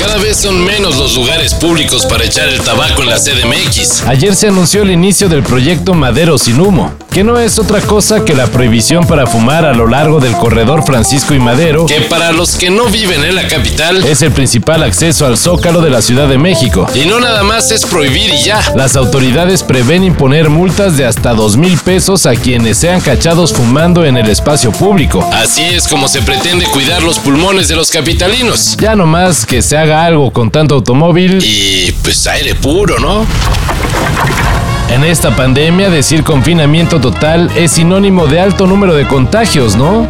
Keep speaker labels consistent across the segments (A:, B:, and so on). A: Cada vez son menos los lugares públicos para echar el tabaco en la CDMX.
B: Ayer se anunció el inicio del proyecto Madero sin humo, que no es otra cosa que la prohibición para fumar a lo largo del corredor Francisco y Madero,
A: Que
B: que
A: para los que no viven en la capital,
B: es el principal acceso al zócalo de la Ciudad de México.
A: y no nada más es prohibir y ya.
B: Las autoridades prevén imponer multas de hasta dos mil pesos a quienes sean cachados fumando en el espacio público.
A: Así es como se pretende cuidar los pulmones de los capitalinos.
B: Ya nomás que se haga algo con tanto automóvil.
A: Y pues aire puro, ¿no?
B: En esta pandemia decir confinamiento total es sinónimo de alto número de contagios, ¿no?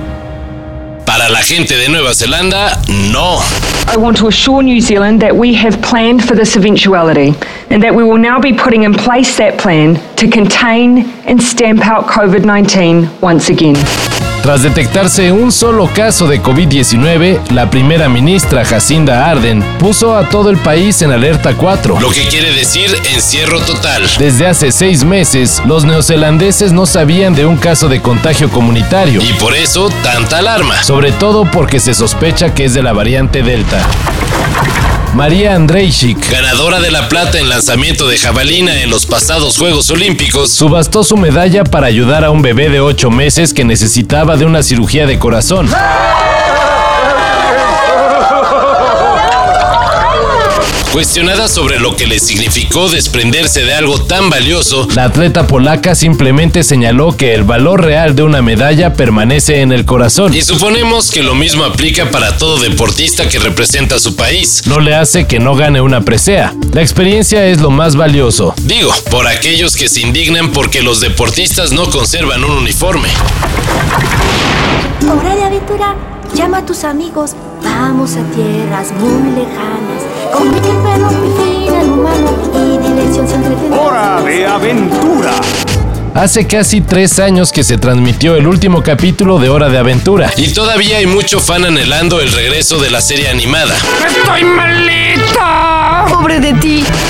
A: Para la gente de Nueva Zelanda, no.
C: I want to assure New Zealand that we have planned for this eventuality and that we will now be putting in place that plan to contain and stamp out COVID 19 once again.
B: Tras detectarse un solo caso de COVID-19, la primera ministra Jacinda Arden puso a todo el país en alerta 4.
A: Lo que quiere decir encierro total.
B: Desde hace seis meses, los neozelandeses no sabían de un caso de contagio comunitario,
A: Y por eso tanta alarma.
B: sobre todo porque se sospecha que es de la variante Delta. María Andrejczyk
A: Ganadora de la plata en lanzamiento de jabalina en los pasados Juegos Olímpicos,
B: subastó su medalla para ayudar a un bebé de 8 meses que necesitaba de una cirugía de corazón.
A: cuestionada sobre lo que le significó desprenderse de algo tan valioso,
B: La atleta polaca simplemente señaló que el valor real de una medalla permanece en el corazón.
A: y suponemos que lo mismo aplica para todo deportista que representa a su país.
B: No le hace que no gane una presea. La experiencia es lo más valioso.
A: Digo, por aquellos que se indignan porque los deportistas no conservan un uniforme.
D: Hora de aventura, llama a tus amigos, vamos a tierras muy lejanas. Con Mickey Perro, Mickey el humano y diversión siempre tendrás.
E: Hora de aventura.
B: Hace casi tres años que se transmitió el último capítulo de Hora de Aventura.
A: Y todavía hay mucho fan anhelando el regreso de la serie animada.
E: ¡Estoy malito!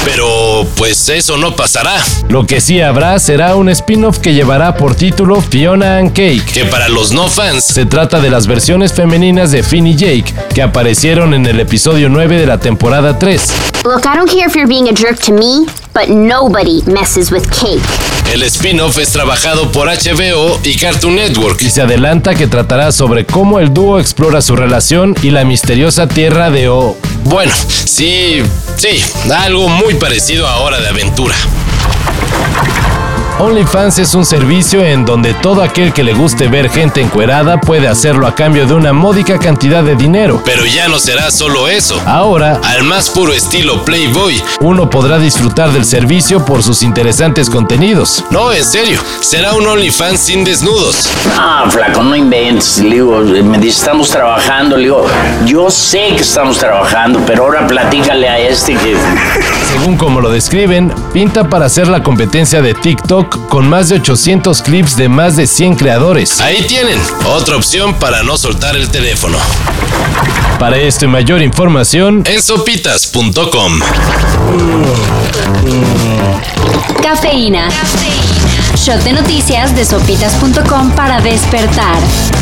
A: Pero pues eso no pasará,
B: Lo que sí habrá será un spin-off que llevará por título Fiona and Cake.
A: que para los no fans
B: Se trata de las versiones femeninas de Finn y Jake, que aparecieron en el episodio 9 de la temporada 3.
F: Look, I don't care if you're being a jerk to me, but nobody messes with cake.
A: El spin-off es trabajado por HBO y Cartoon Network.
B: Y se adelanta que tratará sobre cómo el dúo explora su relación y la misteriosa tierra de O.
A: Bueno, sí, sí, algo muy parecido a Hora de Aventura.
B: OnlyFans es un servicio en donde todo aquel que le guste ver gente encuerada puede hacerlo a cambio de una módica cantidad de dinero.
A: Pero ya no será solo eso.
B: Ahora,
A: Al más puro estilo Playboy.
B: uno podrá disfrutar del servicio por sus interesantes contenidos.
A: No, en serio, será un OnlyFans sin desnudos.
G: Ah, flaco, no inventes. Le digo, me dice, estamos trabajando. Le digo, yo sé que estamos trabajando, pero ahora platícale a este que.
B: Según como lo describen, pinta para hacer la competencia de TikTok con más de 800 clips de más de 100 creadores.
A: Ahí tienen, otra opción para no soltar el teléfono.
B: Para esto y mayor información,
A: En sopitas.com.
H: Cafeína. Shot de noticias de sopitas.com para despertar.